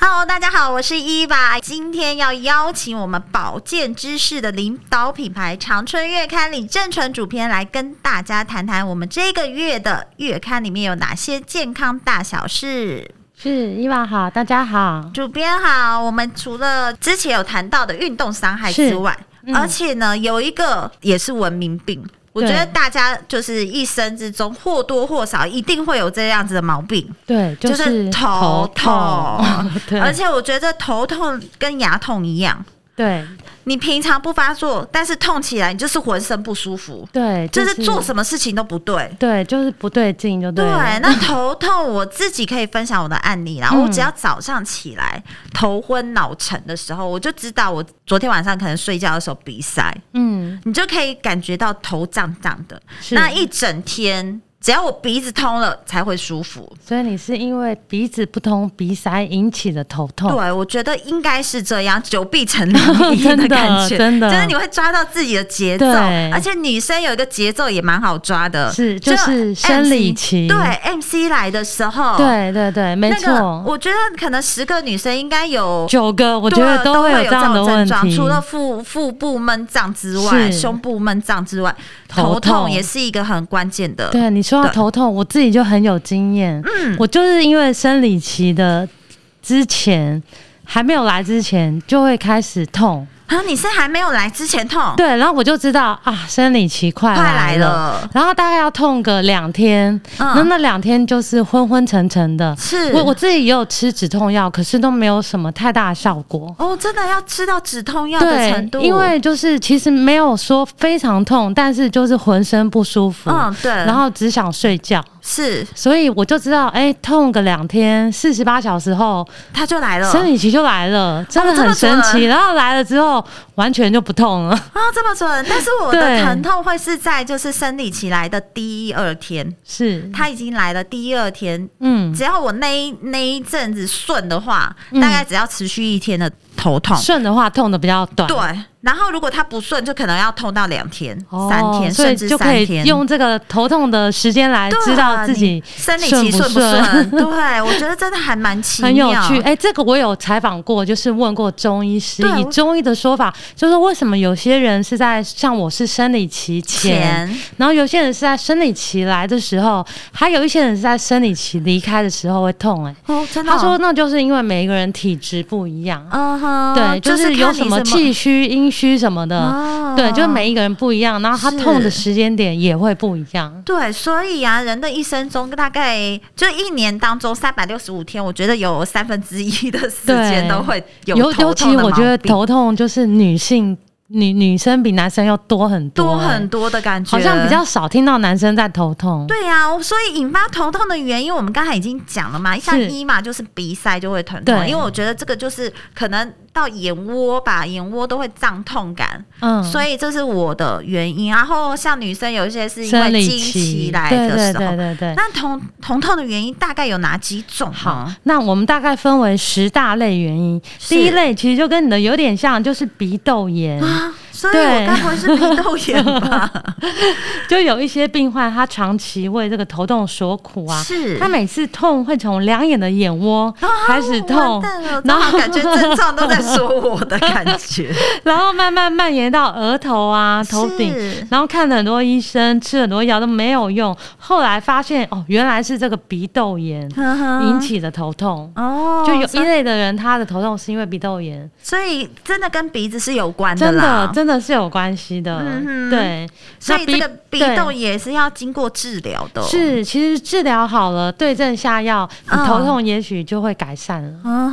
Hello，大家好，我是伊娃。今天要邀请我们保健知识的领导品牌《长春月刊》李正淳主编来跟大家谈谈我们这个月的月刊里面有哪些健康大小事。是伊娃好，大家好。主编好，我们除了之前有谈到的运动伤害之外，嗯而且呢，有一个也是文明病。我觉对得大家就是一生之中或多或少一定会有这样子的毛病，对，就是头头痛。 对，而且我觉得头痛跟牙痛一样，对你平常不发作，但是痛起来你就是浑身不舒服，对，就是做么？什么事情都不对。对，就是不对劲，就对，了。那头痛我自己可以分享我的案例啦。嗯我只要早上起来头昏脑沉的时候，我就知道我昨天晚上可能睡觉的时候鼻塞，嗯，你就可以感觉到头胀胀的。是那一整天，只要我鼻子通了才会舒服。所以你是因为鼻子不通、鼻塞引起的头痛。对，我觉得应该是这样，久必成良医真的感 觉，真的就是你会抓到自己的节奏，对而且女生有一个节奏也蛮好抓的，是就是生理 MC 期对，MC 来的时候，，对对对，没哦那个错。我觉得可能十个女生应该有。九个我觉对啊得都会会有啊这这样的症问状，题，除了腹腹部闷胀之外，是胸部闷胀之外，头头痛痛也是一个很关键的。对你说到对嗯头痛，我自己就很有经验。我就是因为生理期的之前还没有来之前，就会开始痛。啊，你是还没有来之前痛，对，然后我就知道啊，生理期快快来了。了，然后大概要痛个两天，嗯那、那两天就是昏昏沉沉的。是我我自己也有吃止痛药，可是都没有什么太大的效果。哦，真的要吃到止痛药的对程度，，因为就是其实没有说非常痛，但是就是浑身不舒服，嗯对，然后只想睡觉，是所以我就知道，哎、痛个两天，四十八小时后它就来了，生理期就来了，真的哦这么很神准奇。然后来了之后，完全就不痛了。啊、这么准，但是我的对疼痛会是在就是生理期来的第一二天，是，它已经来了第一二天，嗯，只要我那一那一阵子顺的话，嗯大概只要持续一天的头痛，顺的话痛的比较短，哦对，然后如果它不顺，就可能要痛到两天、哦，三天，所以甚至就可三以天。用这个头痛的时间来对知道自己你生理期顺顺不不顺？ 顺对，我觉得真的还蛮奇妙，很有趣。哎、这个我有采访过，就是问过中医师对，以我中医的说法，就是为什么有些人是在像我是生理期前。钱然后有些人是在生理期来的时候，还有一些人是在生理期离开的时候会痛、哎、哦，真的、他说，那就是因为每一个人体质不一样，嗯哼，对，就就是是有看你什么气虚、阴虚什么的，哦对，就是每一个人不一样，然后他痛的是时间点也会不一样。对，所以啊，人的一生中大概就一年当中三百六十五天，我觉得有三分之一的时间对都会有尤头尤痛其的我毛觉得病头痛就是女性女女生比男生要多很多、多欸很多的感觉，好像比较少听到男生在头痛。对呀、所以引发头痛的原因，我们刚才已经讲了嘛，像是一嘛就是鼻塞就会疼痛，对因为我觉得这个就是可能到眼窝吧，眼窝都会胀痛感，嗯，所以这是我的原因。然后像女生有一些是因生为理经期期来对的对时候对，对对。那头头痛的原因大概有哪几种？好，，那我们大概分为十大类原因。是第一类其实就跟你的有点像，就是鼻窦炎。所以对我该不会是鼻窦炎吧？就有一些病患，他长期为这个头痛所苦啊，是，啊他每次痛会从两眼的眼窝开始完痛，蛋了，然然后后感觉症状都在说我的感觉，然后慢慢蔓延到额头啊、 头顶是，然后看了很多医生，吃了很多药都没有用，后来发现哦，原来是这个鼻窦炎引引起的头痛。嗯哦，就有所一以类的人，他的头痛是因为鼻窦炎，所以真的跟鼻子是有关真啦的。真的是有关系的。嗯哼对，所那以这个鼻对窦也是要经过治疗的，是，其实治疗好了，对症下药，你嗯头痛也许就会改善了。嗯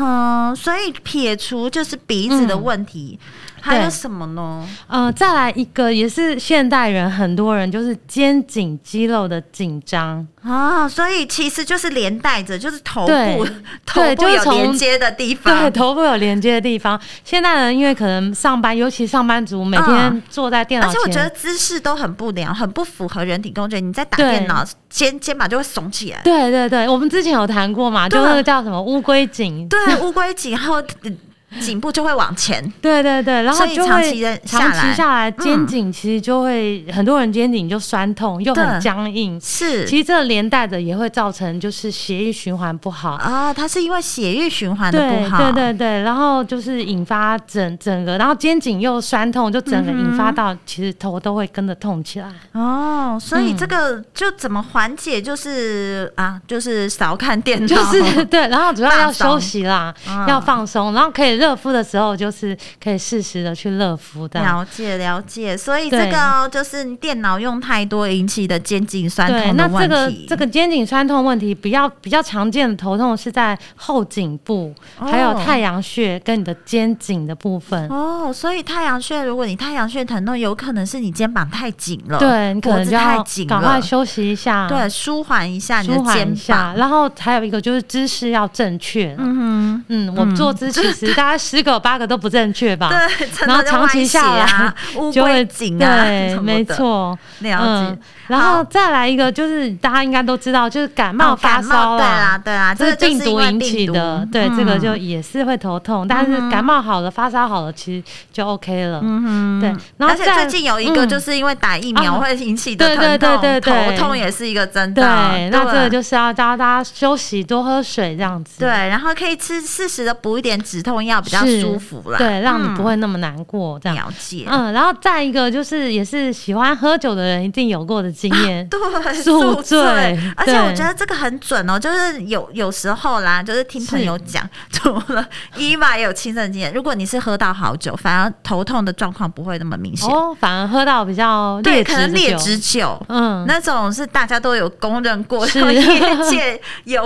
哼，所以撇除就是鼻子的问题，还有嗯对什么呢？呃，再来一个，也是现代人很多人就是肩颈肌肉的紧张，啊，所以其实就是连带着，就是头部对头对部就是有从连接的地对，方，头部有连接的地方。现代人因为可能上班，尤其上班族每嗯天坐在电脑而前，且我觉得姿势都很不良，很不符合人体工学。你在打对电脑，肩肩膀就会耸起来，对对对，我们之前有谈过嘛，就对啊那个叫什么乌龟颈，对，乌龟颈后呃颈部就会往前，对对对，然后所以就会长期的下长期来下来，嗯肩颈其实就会、很多人肩颈就酸痛，又对很僵硬。是其实这连带着也会造成就是血液循环不好，啊、它是因为血液循环的对不好，对对对，然后就是引发整整个，然后肩颈又酸痛，就整个引嗯发到、其实头都会跟着痛起来。哦，所以嗯这个就怎么缓解？就是、啊，就是少看电脑， 就是 对，然后主要要放松休息啦，嗯要放松，然后可以热敷的时候，就是可以适时的去热敷这样。了解了解，所以这对个哦、就是你电脑用太多引起的肩颈酸对，痛的那问这个题。这个肩颈酸痛问题比较比较常见的头痛是在后颈部，还有哦太阳穴跟你的肩颈的部分。哦，所以太阳穴，如果你太阳穴疼痛，有可能是你肩膀太紧了，对，你可脖能子就太要紧赶快了，休息一下，对，，舒缓一下你的舒缓肩一下。膀。然后还有一个就是姿势要正确。嗯嗯，我们坐姿其实大概十个有八个都不正确吧 哼，？ 对，真的然后就长期歪下斜啊来 乌就龟会颈啊，对什，么没的，错。了解。，嗯然好后再来一个，就是大家应该都知道，就是感冒哦发感烧冒，对啦啦，对啦，这这个就是病因毒为引起病毒的，对，这个嗯就也是会头痛，但是感冒好了，发烧好了，其实就 OK 了。嗯哼对然后而且再最近有一个嗯就是因为打疫苗啊会引起的疼痛，对对对对对头痛也是一个征兆。对，那这个就是要教大家休息，多喝水这样子。对，然后可以吃适时的补一点止痛药，比较是舒服啦。对，让你不嗯会那么难过这样。了解。嗯，然后再一个就是，也是喜欢喝酒的人一定有过的经验， 对，宿宿醉而且我对觉得这个很准哦，就是有有时候啦，就是听朋友讲， 除了伊娃也有亲身经验。如果你是喝到好酒，反而头痛的状况不会那么明显，哦，反而喝到比较对，劣可质能的劣酒，质酒，嗯，那种是大家都有公认过， 是然后业界有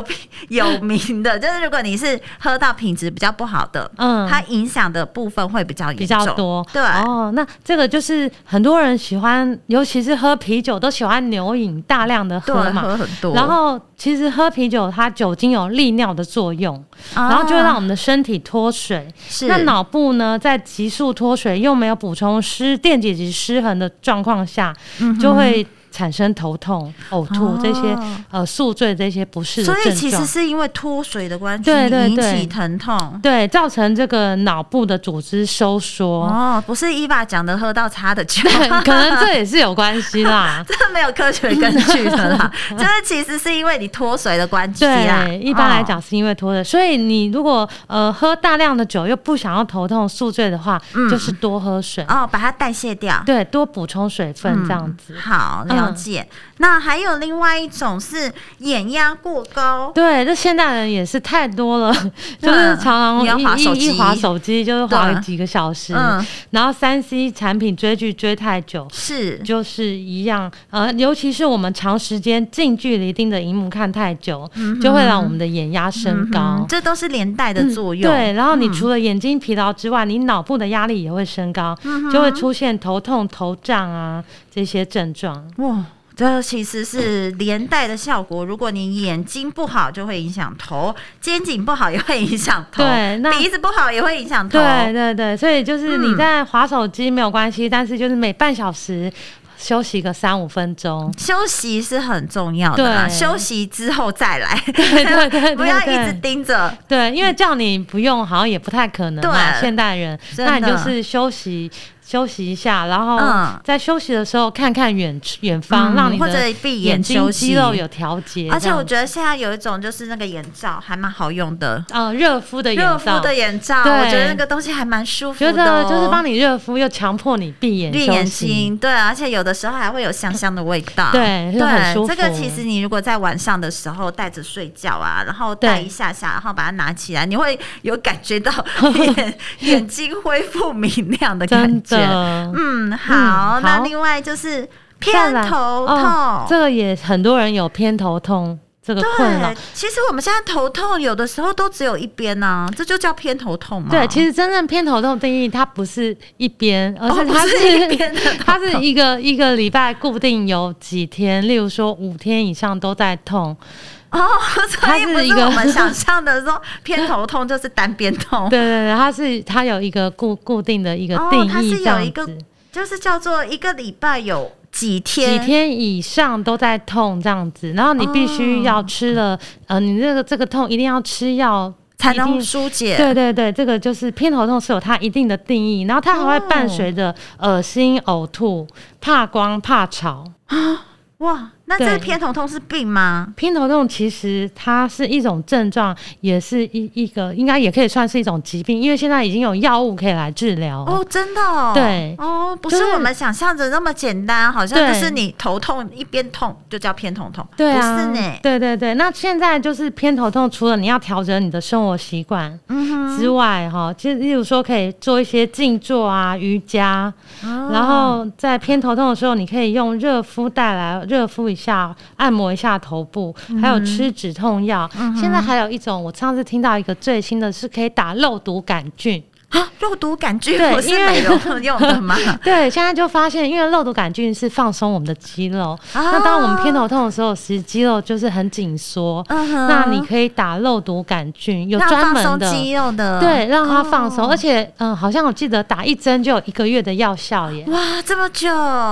有名的。就是如果你是喝到品质比较不好的， 嗯它影响的部分会比较比严重，较多。对，哦，那这个就是很多人喜欢，尤其是喝啤酒都喜欢牛饮，大量的对，喝嘛。喝很多，然后其实喝啤酒，它酒精有利尿的作用，然后就会让我们的身体脱水。啊是那脑部呢，在急速脱水又没有补充湿电解质失衡的状况下，嗯就会产生头痛、呕吐这些、哦呃宿醉这些不适的所以症其实状。是因为脱水的关系对对引对起疼痛。对，造成这个脑部的组织收缩，哦，不是伊娃讲的喝到差的酒，。对， 可能这也是有关系啦这没有科学根据的 啦，就是其实是因为你脱水的关系啦。对，一般来哦讲是因为脱水，所以你如果呃喝大量的酒又不想要头痛宿醉的话，就是多喝水，嗯哦，把它代谢掉。嗯对，多补充水分这样子。嗯好，了解。那还有另外一种是眼压过高，对，这现代人也是太多 了，就是常嗯你要常一滑手一机一滑手机就是滑对几个小时，嗯然后三 C 产品追剧追太久，是就是一样，呃，尤其是我们长时间近距离盯着荧幕看太久，就会让我们的眼压升嗯高。嗯这都是连带的作用。嗯对，然后你除了眼睛疲劳之外，你脑部的压力也会升高，嗯就会出现头痛、头胀啊这些症状。哇。这其实是连带的效果。如果你眼睛不好，就会影响头；肩颈不好也会影响头；对那鼻子不好也会影响头。对对对，所以就是嗯你在划手机没有关系，但是就是每半小时休息个三五分钟。休息是很重要的啦，对休息之后再来， 对对对对 不要一直对盯着。对，因为叫你不用好像也不太可能嘛，对现代人，真的那你就是休息。休息一下，然后嗯在休息的时候看看远远方，嗯让你或者的闭眼睛休肌息。肉有调节。而且我得，觉得现在有一种就是那个眼罩还蛮好用的，呃，热敷的眼热敷罩，的眼罩，对我觉得那个东西还蛮舒服觉的得哦、就是帮你热敷，又强迫你闭眼绿休眼息。睛，对，而且有的时候还会有香香的味道，对就很舒对，这个服其实你如果在晚上的时候戴着睡觉啊，然后对戴一下下，然后把它拿起来，你会有感觉到 眼 眼睛恢复明亮的感真觉。的。嗯，好，嗯那好另外就是再偏来头痛，哦，这个也很多人有偏头痛这个困扰对。，其实我们现在头痛有的时候都只有一边呢、这就叫偏头痛嘛。对，其实实真正偏头痛定义，它不是一边，而嗯哦是不它是一边的头痛 它是一个一个礼拜固定有几天，例如说五天以上都在痛。哦，所以它是不一是个我们想象的说偏头痛就是单边 痛，对对对，它是它有一个固固定的一个哦定它义，是这有样一子。个就是叫做一个礼拜有几天，几天以上都在痛这样子，然后你必须要吃了，哦呃，你这个这个痛一定要吃药才一能定疏解。对对对，这个就是偏头痛是有它一定的定义，然后它还会伴随着哦恶心、呕吐、怕光、怕吵。哇，那这对偏头痛是病吗？偏头痛其实它是一种症状，也是一一个应该也可以算是一种疾病，因为现在已经有药物可以来治疗。哦，真的哦，对哦，不就是是我们想象的那么简单，好像就对是你头痛一边痛就叫偏头痛，对不啊，是呢，对对对，那现在就是偏头痛，除了你要调整你的生活习惯嗯之外，哈、其实例如说可以做一些静坐啊、瑜伽，啊然后在偏头痛的时候，你可以用热敷带来热敷一下，按摩一下头部，还嗯有吃止痛药。现在还有一种，我上次听到一个最新的是可以打肉毒杆菌。啊，肉毒杆菌对不是因为美容用 的吗？对，现在就发现，因为肉毒杆菌是放松我们的肌肉，啊那当我们偏头痛的时候，其实肌肉就是很紧缩。嗯哼那你可以打肉毒杆菌，有让专放门松的。肌肉的，对，让它放松，嗯哦而且嗯，好像我记得打一针就有一个月的药效耶。哇，这么久，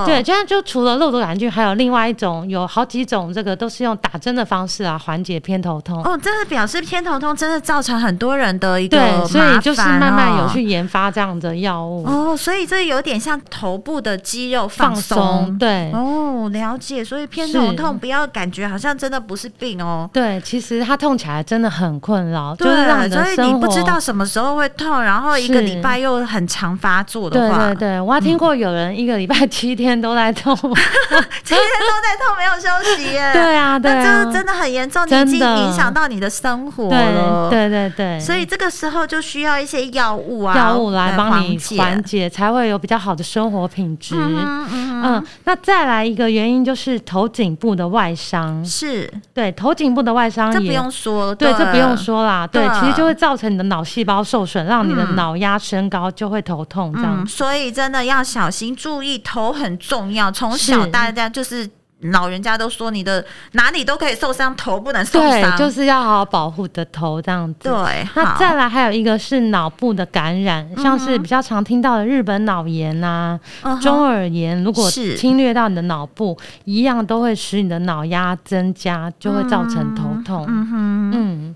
对，现在就除了肉毒杆菌，还有另外一种，有好几种，这个都是用打针的方式啊，缓解偏头痛。哦，这是表示偏头痛真的造成很多人的一个麻对，烦所以就是慢慢有哦去研发这样的药物、哦，所以这有点像头部的肌肉放松。对、哦，了解。所以偏头痛不要感觉好像真的不是病哦。对，其实它痛起来真的很困扰，就是让你对，的所以你生活。不知道什么时候会痛，然后一个是礼拜又很常发作对的话，对对，我还听过有人一个礼拜七天都在痛。嗯七 天都在痛，没有休息耶。 对啊， 对那啊，这真的很严重，你已真经的影响到你的生活了。对对对对，所以这个时候就需要一些药物啊，药物来帮你缓缓解。解，才会有比较好的生活品质。嗯嗯嗯，那再来一个原因就是头颈部的外伤，是，对头颈部的外伤这嗯不也用说，对，这不用。说啦，对，对其实就会造成你的脑细胞受损，让你的脑压升高，就会头痛这样嗯，。所以真的要小心注意，头很重要。从小是大家就是老人家都说，你的哪里都可以受伤，头不能受对，伤。就是要好好保护你的头这样子。对，那好再来还有一个是脑部的感染，像是比较常听到的日本脑炎啊、嗯哼中耳炎，如果是侵略到你的脑部，一样都会使你的脑压增加，就会造成头痛。嗯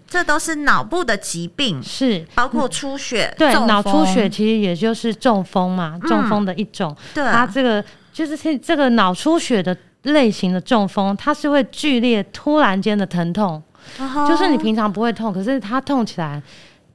这都是脑部的疾病，是。包括出血、嗯对，中脑出风嗯血其实也就是中风嘛，中风的一种。对它这个就是是这个脑出血的类型的中风，它是会剧烈突然间的疼痛，哦就是你平常不会痛，可是它痛起来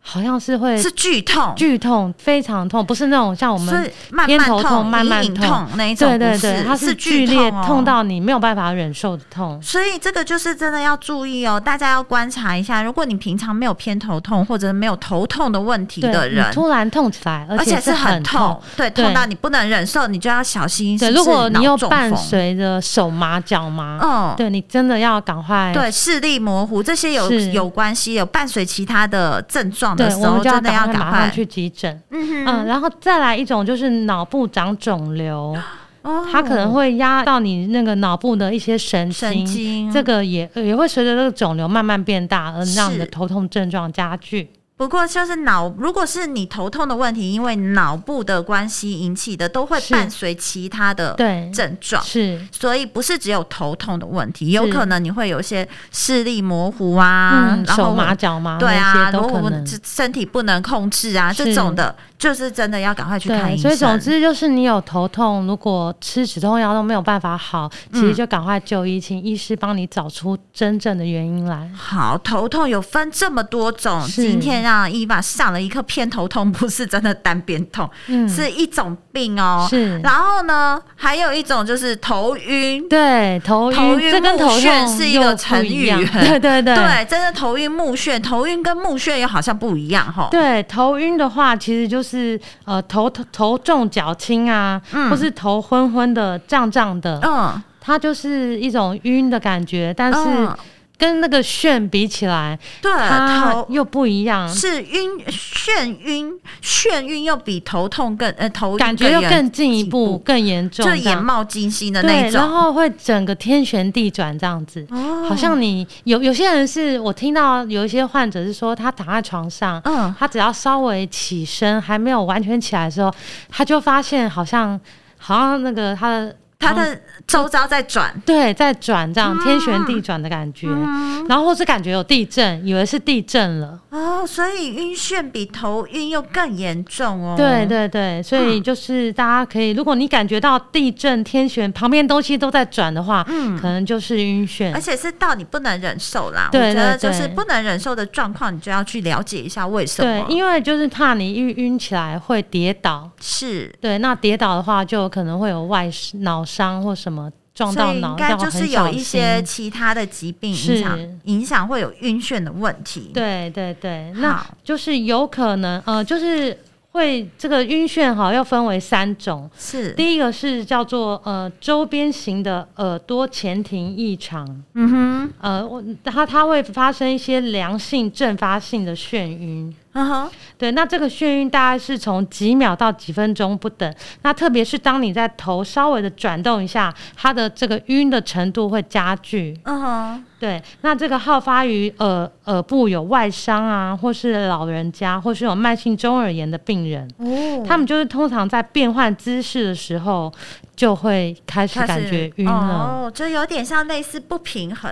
好像是会哦是剧痛，剧痛，非常痛，不是那种像我所以们慢偏慢头痛、慢慢隐隐痛那一种对不对是，对，它是剧剧烈痛哦痛到你没有办法忍受的痛。所以这个就是真的要注意哦，大家要观察一下。如果你平常没有偏头痛或者没有头痛的问题对，的你人，突然痛起来，而且且是很痛。，对，对痛到你不能忍受，你就要小心对，是不如是果你又脑中伴风随着手麻脚麻，嗯对你真的要赶快。对视力模糊这些有是有关系，有伴随其他的症状的对，时我候，们就真的赶要快赶马上快去急诊。嗯哼，嗯，然后再来一种就是脑部长肿瘤，哦它可能会压到你那个脑部的一些神经，神经啊这个也也会随着这个肿瘤慢慢变大，而让你的是头痛症状加剧。不过就是脑，如果是你头痛的问题，因为脑部的关系引起的，都会是伴随其他的对呃症状。是，所以不是只有头痛的问题，有可能你会有一些视力模糊啊，嗯，然手后麻脚麻对那啊，些然都后可我能们。身体不能控制啊，是这种的就是真的要赶快去看对，医生。所以总之就是你有头痛，如果吃止痛药都没有办法好，嗯其实就赶快就医，请医师帮你找出真正的原因来。好，头痛有分这么多种。是今天让伊娃上了一课，偏头痛不是真的单边痛，嗯，是一种病哦。是然后呢，还有一种就是头晕。对，头晕，头晕这跟头目眩痛是一个又不成一语 样很对对对对，真的头晕目眩，头晕跟目眩又好像不一样吼。对头晕的话，其实就是呃头头头重脚轻啊，嗯或是头昏昏的、胀胀的，嗯，它就是一种晕的感觉，但是嗯跟那个眩比起来，对，它头又不一样，是晕眩晕，眩晕又比头痛更呃头晕感觉又严更进一步、更严重就这是样，眼冒金星的那对，一种。然后会整个天旋地转这样子。哦好像你有有些人是我听到有一些患者是说，他躺在床上，嗯他只要稍微起身，还没有完全起来的时候，他就发现好像好像那个他的它的周遭在转，对在转这嗯样天旋地转的感觉，然后或是感觉有地震，以为是地震了。哦，所以晕眩比头晕又更严重哦。对对对，所以就是大家可以，如果你感觉到地震、天旋旁边东西都在转的话，嗯可能就是晕眩而。且是到你不能忍受啦。对我觉得对就是对不能忍受的状况，你就要去了解一下为什对么。，为因为就是怕你晕晕起来会跌倒，是。对，那跌倒的话就可能会有外伤脑伤或什么撞所到以脑，应该要就是很有小一些心其他的疾病影是响，影响会有晕眩的问题。，对对对，那好就是有可能呃，就是会这个晕眩哈，要分为三种。是，第一个是叫做呃周边型的耳朵前庭异常，嗯哼，呃，我它它会发生一些良性阵发性的眩晕，嗯哼，对，那这个眩晕大概是从几秒到几分钟不等。那特别是当你在头稍微的转动一下，它的这个晕的程度会加剧。嗯哼，对，那这个好发于耳耳部有外伤啊，或是老人家，或是有慢性中耳炎的病人，哦他们就是通常在变换姿势的时候就会开始开始感觉晕了。哦，就有点像类似不平衡，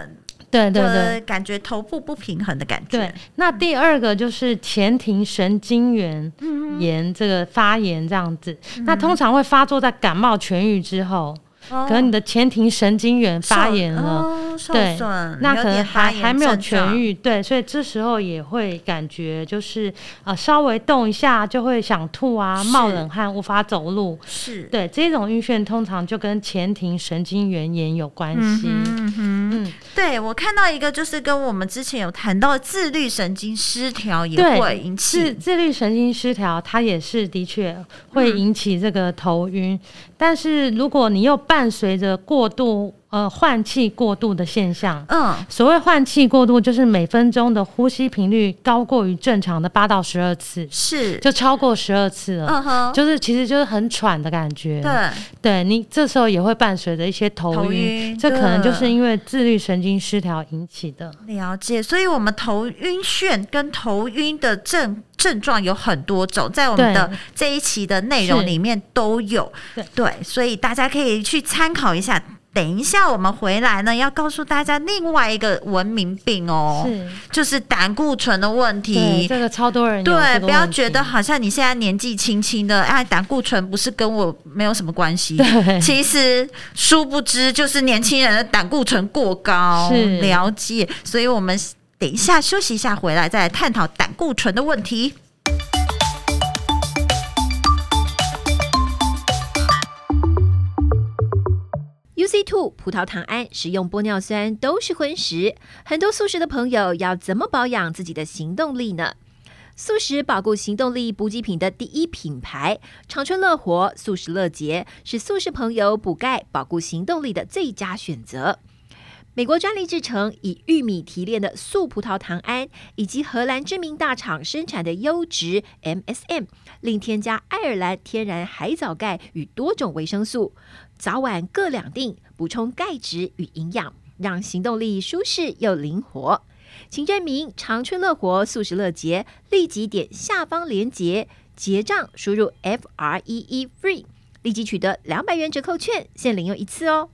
对对就对是。感觉头部不平衡的感觉。对，那第二个就是前庭神经元嗯炎这个发炎这样子，那通常会发作在感冒痊愈之后，哦，可能你的前庭神经元发炎了，哦、受对损，那有可能点发还炎还没有症痊。状愈，对，所以这时候也会感觉就是呃稍微动一下就会想吐啊，是冒冷汗，无法走路，是，对，这种晕眩通常就跟前庭神经元炎有关嗯系。哼嗯哼，嗯，对我看到一个，就是跟我们之前有谈到的自律神经失调也对会引自起，自律神经失调，它也是的确会嗯引起这个头晕，但是如果你又伴随着过度呃换气过度的现象。嗯，所谓换气过度，就是每分钟的呼吸频率高过于正常的八到十二次，是，就超过十二次了，嗯哼，就是其实就是很喘的感觉。对，对你这时候也会伴随着一些头头晕，晕这可能就是对因为自律神经失调引起的。了解，所以我们头晕眩跟头晕的症症状有很多种，在我们对的这一期的内容是里面都有。对所以大家可以去参考一下。等一下，我们回来呢，要告诉大家另外一个文明病哦，是，就是胆固醇的问对，题。这个超多人有对，这个不要问觉题得好像你现在年纪轻轻的，哎，胆固醇不是跟我没有什么关 系。对其实殊不知就是年轻人的胆固醇过高，是了解。所以我们等一下休息一下，回来再来探讨胆固醇的问题。 UC Two 葡萄糖胺使用玻尿酸都是荤食，很多素食的朋友要怎么保养自己的行动力呢？素食保护行动力补给品的第一品牌长春乐活素食乐节是素食朋友补钙保护行动力的最佳选择。美国专利制成，以玉米提炼的素葡萄糖胺，以及荷兰知名大厂生产的优质 MSM，另添加爱尔兰天然海藻钙与多种维生素，早晚各两锭，补充钙质与营养，让行动力舒适又灵活。请证明长春乐活素食乐节，立即点下方链接结账，输入 F R E E FREE，立即取得两百元折扣券，限领用一次哦。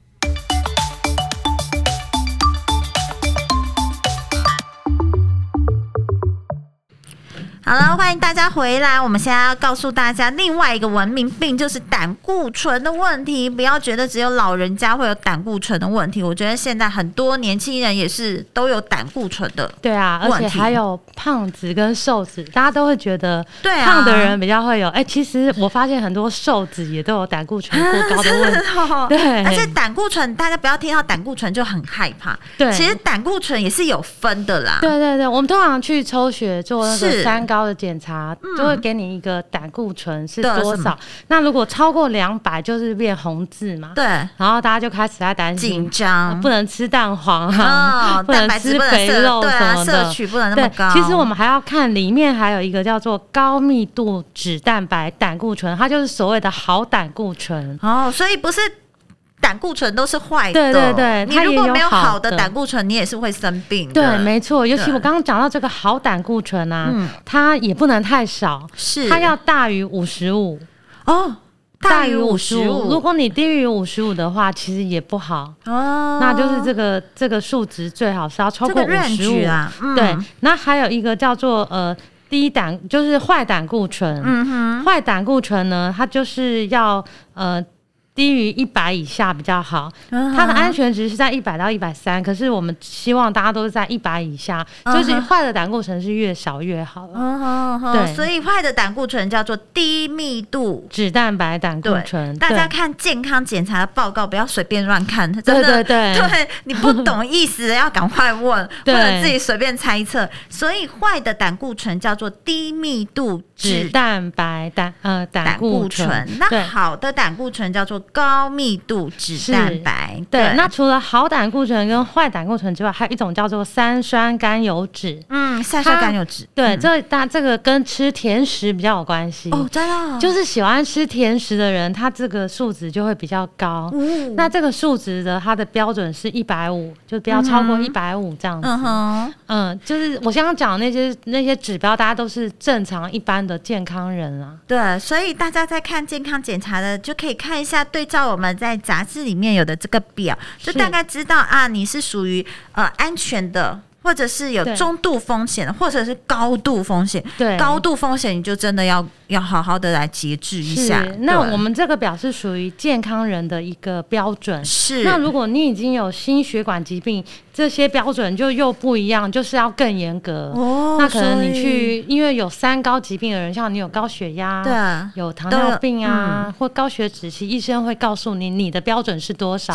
好了，欢迎大家回来。我们现在要告诉大家另外一个文明病，就是胆固醇的问题。不要觉得只有老人家会有胆固醇的问题，我觉得现在很多年轻人也是都有胆固醇 的。对啊，而问且题还有胖子跟瘦子，大家都会觉得对啊，胖的人比较会有。哎、其实我发现很多瘦子也都有胆固醇过高的问 题。哦对而且胆固醇，大家不要听到胆固醇就很害怕。对，其实胆固醇也是有分的啦。对对对，我们通常去抽血做那是个三高的检查，嗯就会给你一个胆固醇是对多什么少。那如果超过两百，就是变红字嘛。对，然后大家就开始在担心啊紧，张、不能吃蛋黄啊，哦，不蛋能白质吃不能肥摄，肉对什啊，么摄的。取不能那对么高。，其实我们还要看里面还有一个叫做高密度脂蛋白胆固醇，它就是所谓的好胆固醇。哦，所以不是胆固醇都是坏的，对对对你它如也果有没有好好的的胆固醇，你也是会生病的。对，没错，尤其对我刚刚讲到这个好胆固醇啊，嗯它也不能太少，是它要大于五十五，哦大于五十55如五果你低于五十五的话，其实也不好。哦，那就是这个这个数值最好是要超这过个五十五 range。啊，嗯对，那还有一个叫做呃低胆，就是坏胆固醇。嗯哼，坏胆固醇呢，它就是要呃低于一百以下比较好。嗯哼它的安全值是在一百到一百三，可是我们希望大家都是在一百以下，就是嗯哼坏的胆固醇是越少越好了。哦哦哦，对所以坏的胆固醇叫做低密度。脂蛋白胆固对醇，，大对家看健康检查的报告，不要随便乱看，真对的对对 对你不懂意思的要赶快问，不 对能自己随便猜测。所以坏的胆固醇叫做低密度脂脂蛋白胆呃胆胆固固醇醇，，那对好的胆固醇叫做高密度脂是蛋白。对，那除了好胆固醇跟坏胆固醇之外，还有一种叫做三酸甘油脂。嗯，下下它甘油脂，对，嗯这大这个跟吃甜食比较有关系，哦，真的哦就是喜欢吃甜食的人，他这个数值就会比较高。哦那这个数值的它的标准是一百五，就不要超过一百五这样子。嗯哼，嗯就是我刚刚讲的那些那些指标，大家都是正常一般的健康人啊。对，所以大家在看健康检查的，就可以看一下对照我们在杂志里面有的这个表，就是大概知道啊，你是属于呃安全的，或者是有对中度风险的，或者是高度风险。对，高度风险你就真的要要好好的来节制一是下。那啊对我们这个表是属于健康人的一个标准。是那如果你已经有心血管疾病，这些标准就又不一样，就是要更严格。哦那可能所以你去，因为有三高疾病的人，像你有高血压，对有糖都嗯有尿病啊，或高血脂，其实医生会告诉你你的标准是多少，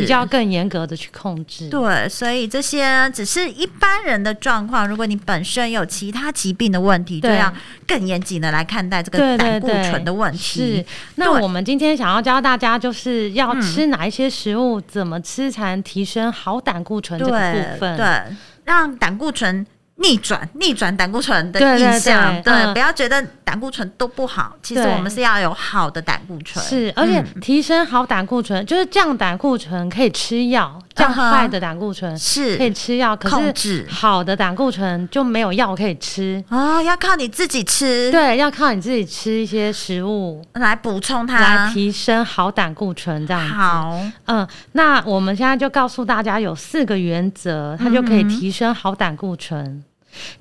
你就要更严格的去控制。对，所以这些只是一般人的状况。如果你本身有其他疾病的问题，就对要更严谨的来看待这个对胆对固对醇的问是题。，那对我们今天想要教大家，就是要嗯吃哪一些食物，怎么吃才能提升好胆固醇这对个部分。对，让胆固醇逆转，逆转胆固醇的对对印象。对嗯不要觉得胆固醇都不好，其实对我们是要有好的胆固醇。是，而且嗯提升好胆固醇，就是降胆固醇可以吃药，降嗯哼坏的胆固醇可以是吃药，可控是制好的胆固醇就没有药可以吃。哦，要靠你自己吃，，对，要靠你自己吃一些食物来补充它来。提升好胆固醇这样子。啊好，嗯，那我们现在就告诉大家有四个原则，它就可嗯以提升好胆固醇。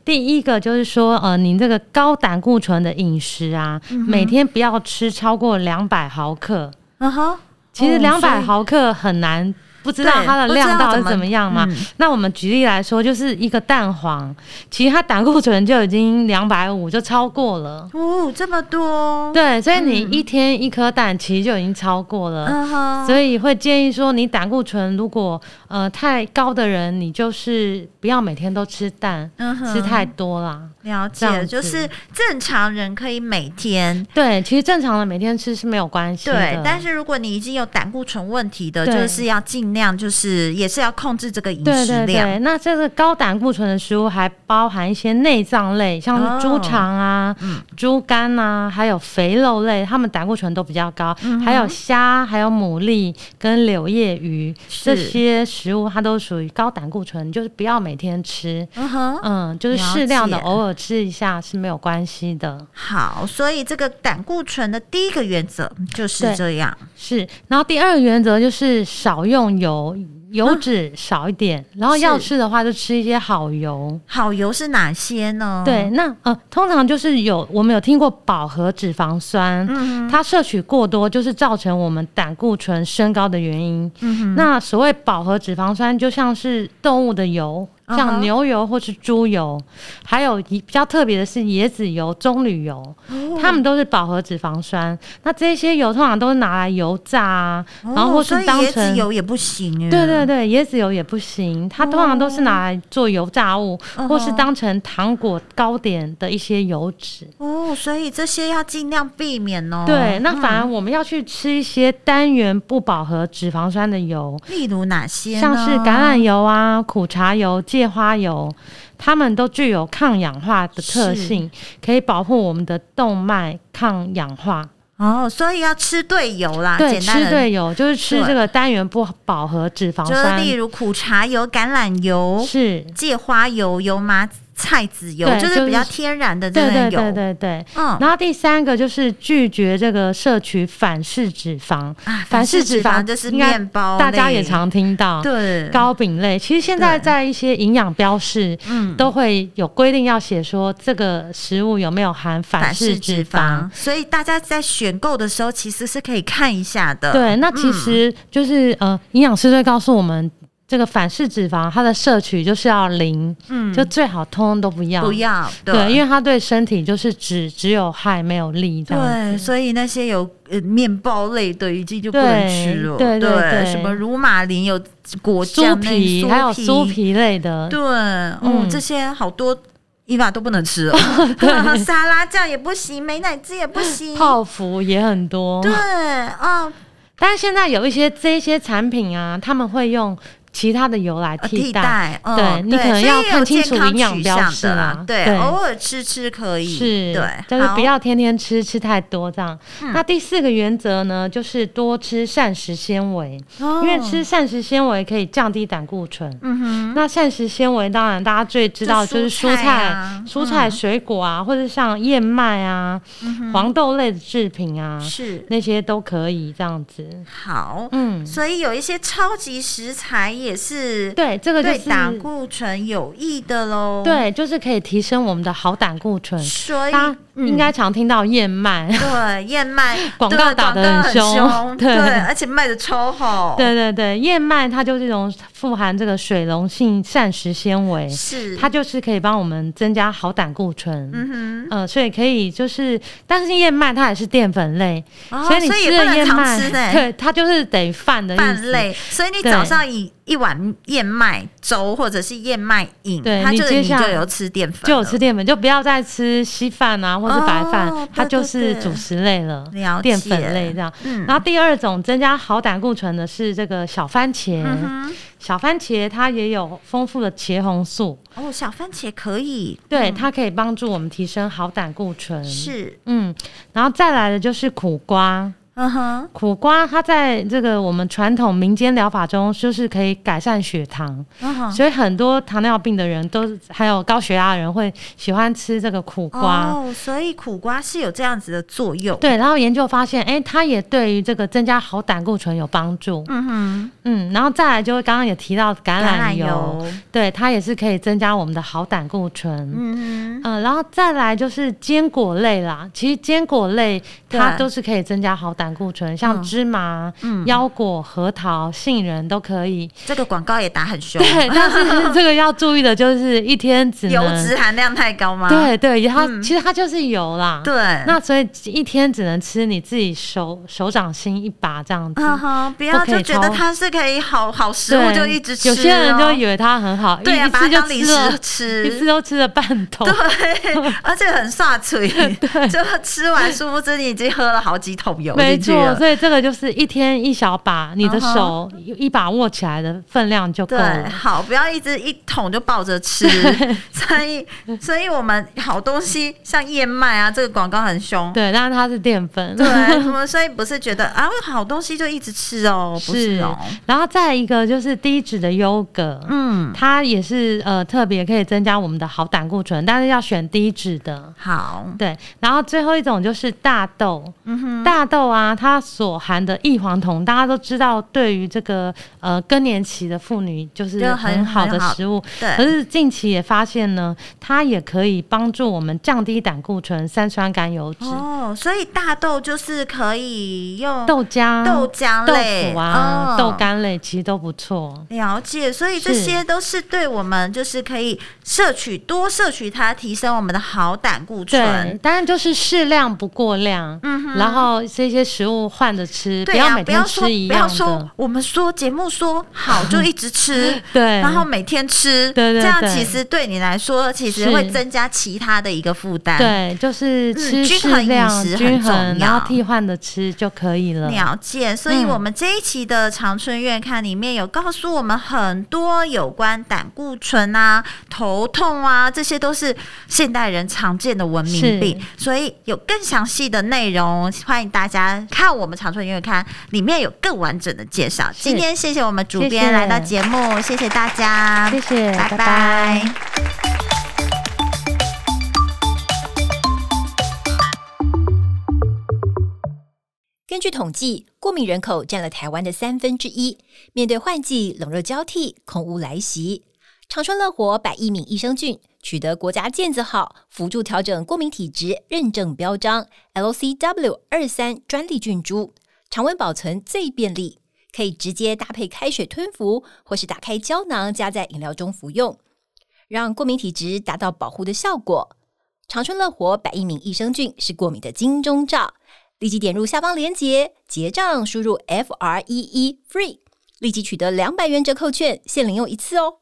第一个就是说，呃，您这个高胆固醇的饮食啊，每天不要吃超过两百毫克。嗯哼，其实哦两所百以毫克很难，不知道对它的不知量到道底怎是么怎么样嘛。嗯那我们举例来说，就是一个蛋黄，其实它胆固醇就已经两百五，就超过了。哦，这么多，，对，所以你一天一颗蛋，其实就已经超过了。嗯哼，所以会建议说，你胆固醇如果呃太高的人，你就是不要每天都吃蛋，嗯哼吃太多啦。了这样解，子就是正常人可以每天。对，其实正常的每天吃是没有关系的。对，但是如果你已经有胆固醇问题的，对就是要尽量，就是也是要控制这个饮对食对量。对，那这个高胆固醇的食物还包含一些内脏类，像哦嗯是猪肠啊、猪肝啊，还有肥肉类，它们胆固醇都比较高。嗯还有虾、还有牡蛎跟柳叶鱼这是些食物，它都属于高胆固醇，就是不要每天吃。嗯哼，嗯，就是了适量的，解偶尔吃一下是没有关系的。好，所以这个胆固醇的第一个原则就是对这样。是，然后第二个原则就是少用油、油脂少一点，然后要是吃的话就吃一些好油。好油是哪些呢？对，，那呃，通常就是有我们有听过饱和脂肪酸，嗯哼它摄取过多就是造成我们胆固醇升高的原因。嗯哼，那所谓饱和脂肪酸，就像是动物的油，嗯哼像牛油或是猪油，还有一比较特别的是椰子油、棕榈油，哦它们都是饱和脂肪酸。那这些油通常都是拿来油炸啊，哦然后或所以是当椰子成油也不行耶，对对对，椰子油也不行，它通常都是拿来做油炸物，嗯哼或是当成糖果糕点的一些油脂。哦，所以这些要尽量避免哦。对，那反而我们要去吃一些单元不饱和脂肪酸的油，例如哪些呢？像是橄榄油啊、苦茶油、芥花油，它们都具有抗氧化的特是性，可以保护我们的动脉抗氧化。哦，所以要吃对油啦，对，啊简单吃的对油就是吃对这个单元不饱和脂肪就是酸，例如苦茶油、橄榄油、是芥花油、油麻菜籽油，对就是比较就是天然的对真的对油。对对对。嗯然后啊第三个就是拒绝这个摄取反式脂肪，啊，反式式脂脂肪就是应该面包类，大家也常听到。哦对糕饼类，其实现在对在一些营养标示嗯都会有规定，要写说这个食物有没有含反反式式脂脂肪。肪，所以大家在选购的时候其实是可以看一下的。对，那其实就是、呃，营养师会告诉我们，这个反式脂肪它的摄取就是要零，嗯，就最好通通都不要。不要对，因为它对身体就是只只有害没有利这样子。对，所以那些有呃面包类的已经就不能吃了，对对对对什么乳马林有果酥酱那皮还有酥，皮类的，对，嗯哦，这些好多伊娃都不能 吃哦， 沙拉酱也不行，美乃滋也不行，泡芙也很多对。哦，但是现在有一些这些产品啊，他们会用其他的油来呃替代。代，嗯对你可能所以要有看清楚健康营养取标向示的啦啦，对，对偶尔吃吃可以，是，对，就是好嗯不要天天吃，吃太多这样。那第四个原则呢，就是多吃膳食纤维，因为吃膳食纤维可以降低胆固醇。哦嗯哼，那膳食纤维当然大家最知道就是就蔬蔬菜、菜啊蔬菜、水果啊，或者像燕麦啊、黄豆类的制品啊，嗯是那些都可以这样子。好，嗯，所以有一些超级食材也是对，这个就对是胆固醇有益的喽。，对，就是可以提升我们的好胆固醇。哦所以嗯大家应该常听到燕麦，对燕麦广告对打得广告很很凶 对对，而且卖的超好，，对对对，燕麦它就是一种富含这个水溶性膳食纤维，是它就是可以帮我们增加好胆固醇。嗯呃，所以可以就是，但是燕麦它也是淀粉类，哼，哦所以你所以吃也不了能燕常麦， 吃的对，它就是等于饭的意饭思。类，所以你对早上一一碗燕麦粥或者是燕麦饮，对它你就接你下就有吃淀粉了，就有吃淀粉，就不要再吃稀饭啊，或是白饭，哦对它就对是对主食类了，了解淀粉类这样。嗯然后第二种增加好胆固醇的是这个小番茄，嗯小番茄它也有丰富的茄红素，哼，哦，小番茄可以对，它可以帮助我们提升好胆固醇。，嗯是，嗯，然后再来的就是苦瓜，嗯哼，苦瓜它在这个我们传统民间疗法中，就是可以改善血糖，嗯哼，所以很多糖尿病的人都还有高血压的人会喜欢吃这个苦瓜。哦，所以苦瓜是有这样子的作用，对，然后研究发现，哎，它也对于这个增加好胆固醇有帮助。嗯哼。嗯，然后再来就是刚刚也提到橄榄油，油，对，它也是可以增加我们的好胆固醇。嗯哼，嗯，然后再来就是坚果类啦。其实坚果类它对都是可以增加好胆固醇，像嗯芝麻、嗯腰果、核桃、杏仁都可以。这个广告也打很 凶，对，但是这个要注意的就是一天只油能脂含量太高吗？对对，它、嗯其实它就是油啦。对，那所以一天只能吃你自己手手掌心一把这样子。嗯哼，不要不可以就觉得超它是可以好好食物对，就一直吃、哦有些人就以有为它很好，对啊，一把它次就当零吃了 食，吃，一次都吃了半桶。对，而且很刷嘴，就吃完，殊不知你已经喝了好几桶油没进去错，了。所以这个就是一天一小把，你的嗯哼手一把握起来的分量就够对，了。好，不要一直一桶就抱着吃，所以，所以我们好东西像燕麦啊，这个广告很凶，对，但是它是淀粉。对，我们所以不是觉得啊，好东西就一直吃哦，不是哦， 然后再一个就是低脂的优格，嗯，它也是呃特别可以增加我们的好胆固醇，但是要选低脂的。好，对，然后最后一种就是大豆，嗯哼，大豆啊，啊，它所含的异黄酮，大家都知道，对于这个呃更年期的妇女就是就很很好的很好食物。可对，是近期也发现呢，它也可以帮助我们降低胆固醇、三酸甘油脂、哦，所以大豆就是可以用豆浆、豆浆豆类腐啊、哦豆干类，其实都不错。了解，所以这些都是对我们就是可以摄取多摄取它，提升我们的好胆固对醇，。当然就是适量不过量，嗯哼然后这些食物换着吃，对要呀、每不天要说吃一不要样说的。，我们说节目说好就一 ，直吃对，然后每天吃，对对这样对其实对你来说其实是会增加其他的一个负担。，对，就是吃嗯均衡适饮量、食很均衡，重然要后替换的吃就可以了。了解，所以嗯我们这一期的长春院看里面有告诉我们很多有关胆固醇啊、头痛啊，这些都是现代人常见的文明病。所以有更详细的内容，欢迎大家看我们长春院看里面有更完整的介绍。是今天谢谢我们主谢编来到谢节目，谢谢大家，谢谢，拜拜拜根据统计，过敏人口占了台湾的三分之一。面对换季、冷热交替、空污来袭，长春乐活百益敏益生菌取得国家健字号，辅助调整过敏体质认证标章 LCW 二三专利菌株，常温保存最便利，可以直接搭配开水吞服，或是打开胶囊加在饮料中服用，让过敏体质达到保护的效果。长春乐活百益敏益生菌是过敏的金钟罩。立即点入下方链接结账，输入 F R E E FREE，立即取得两百元折扣券，限领用一次哦。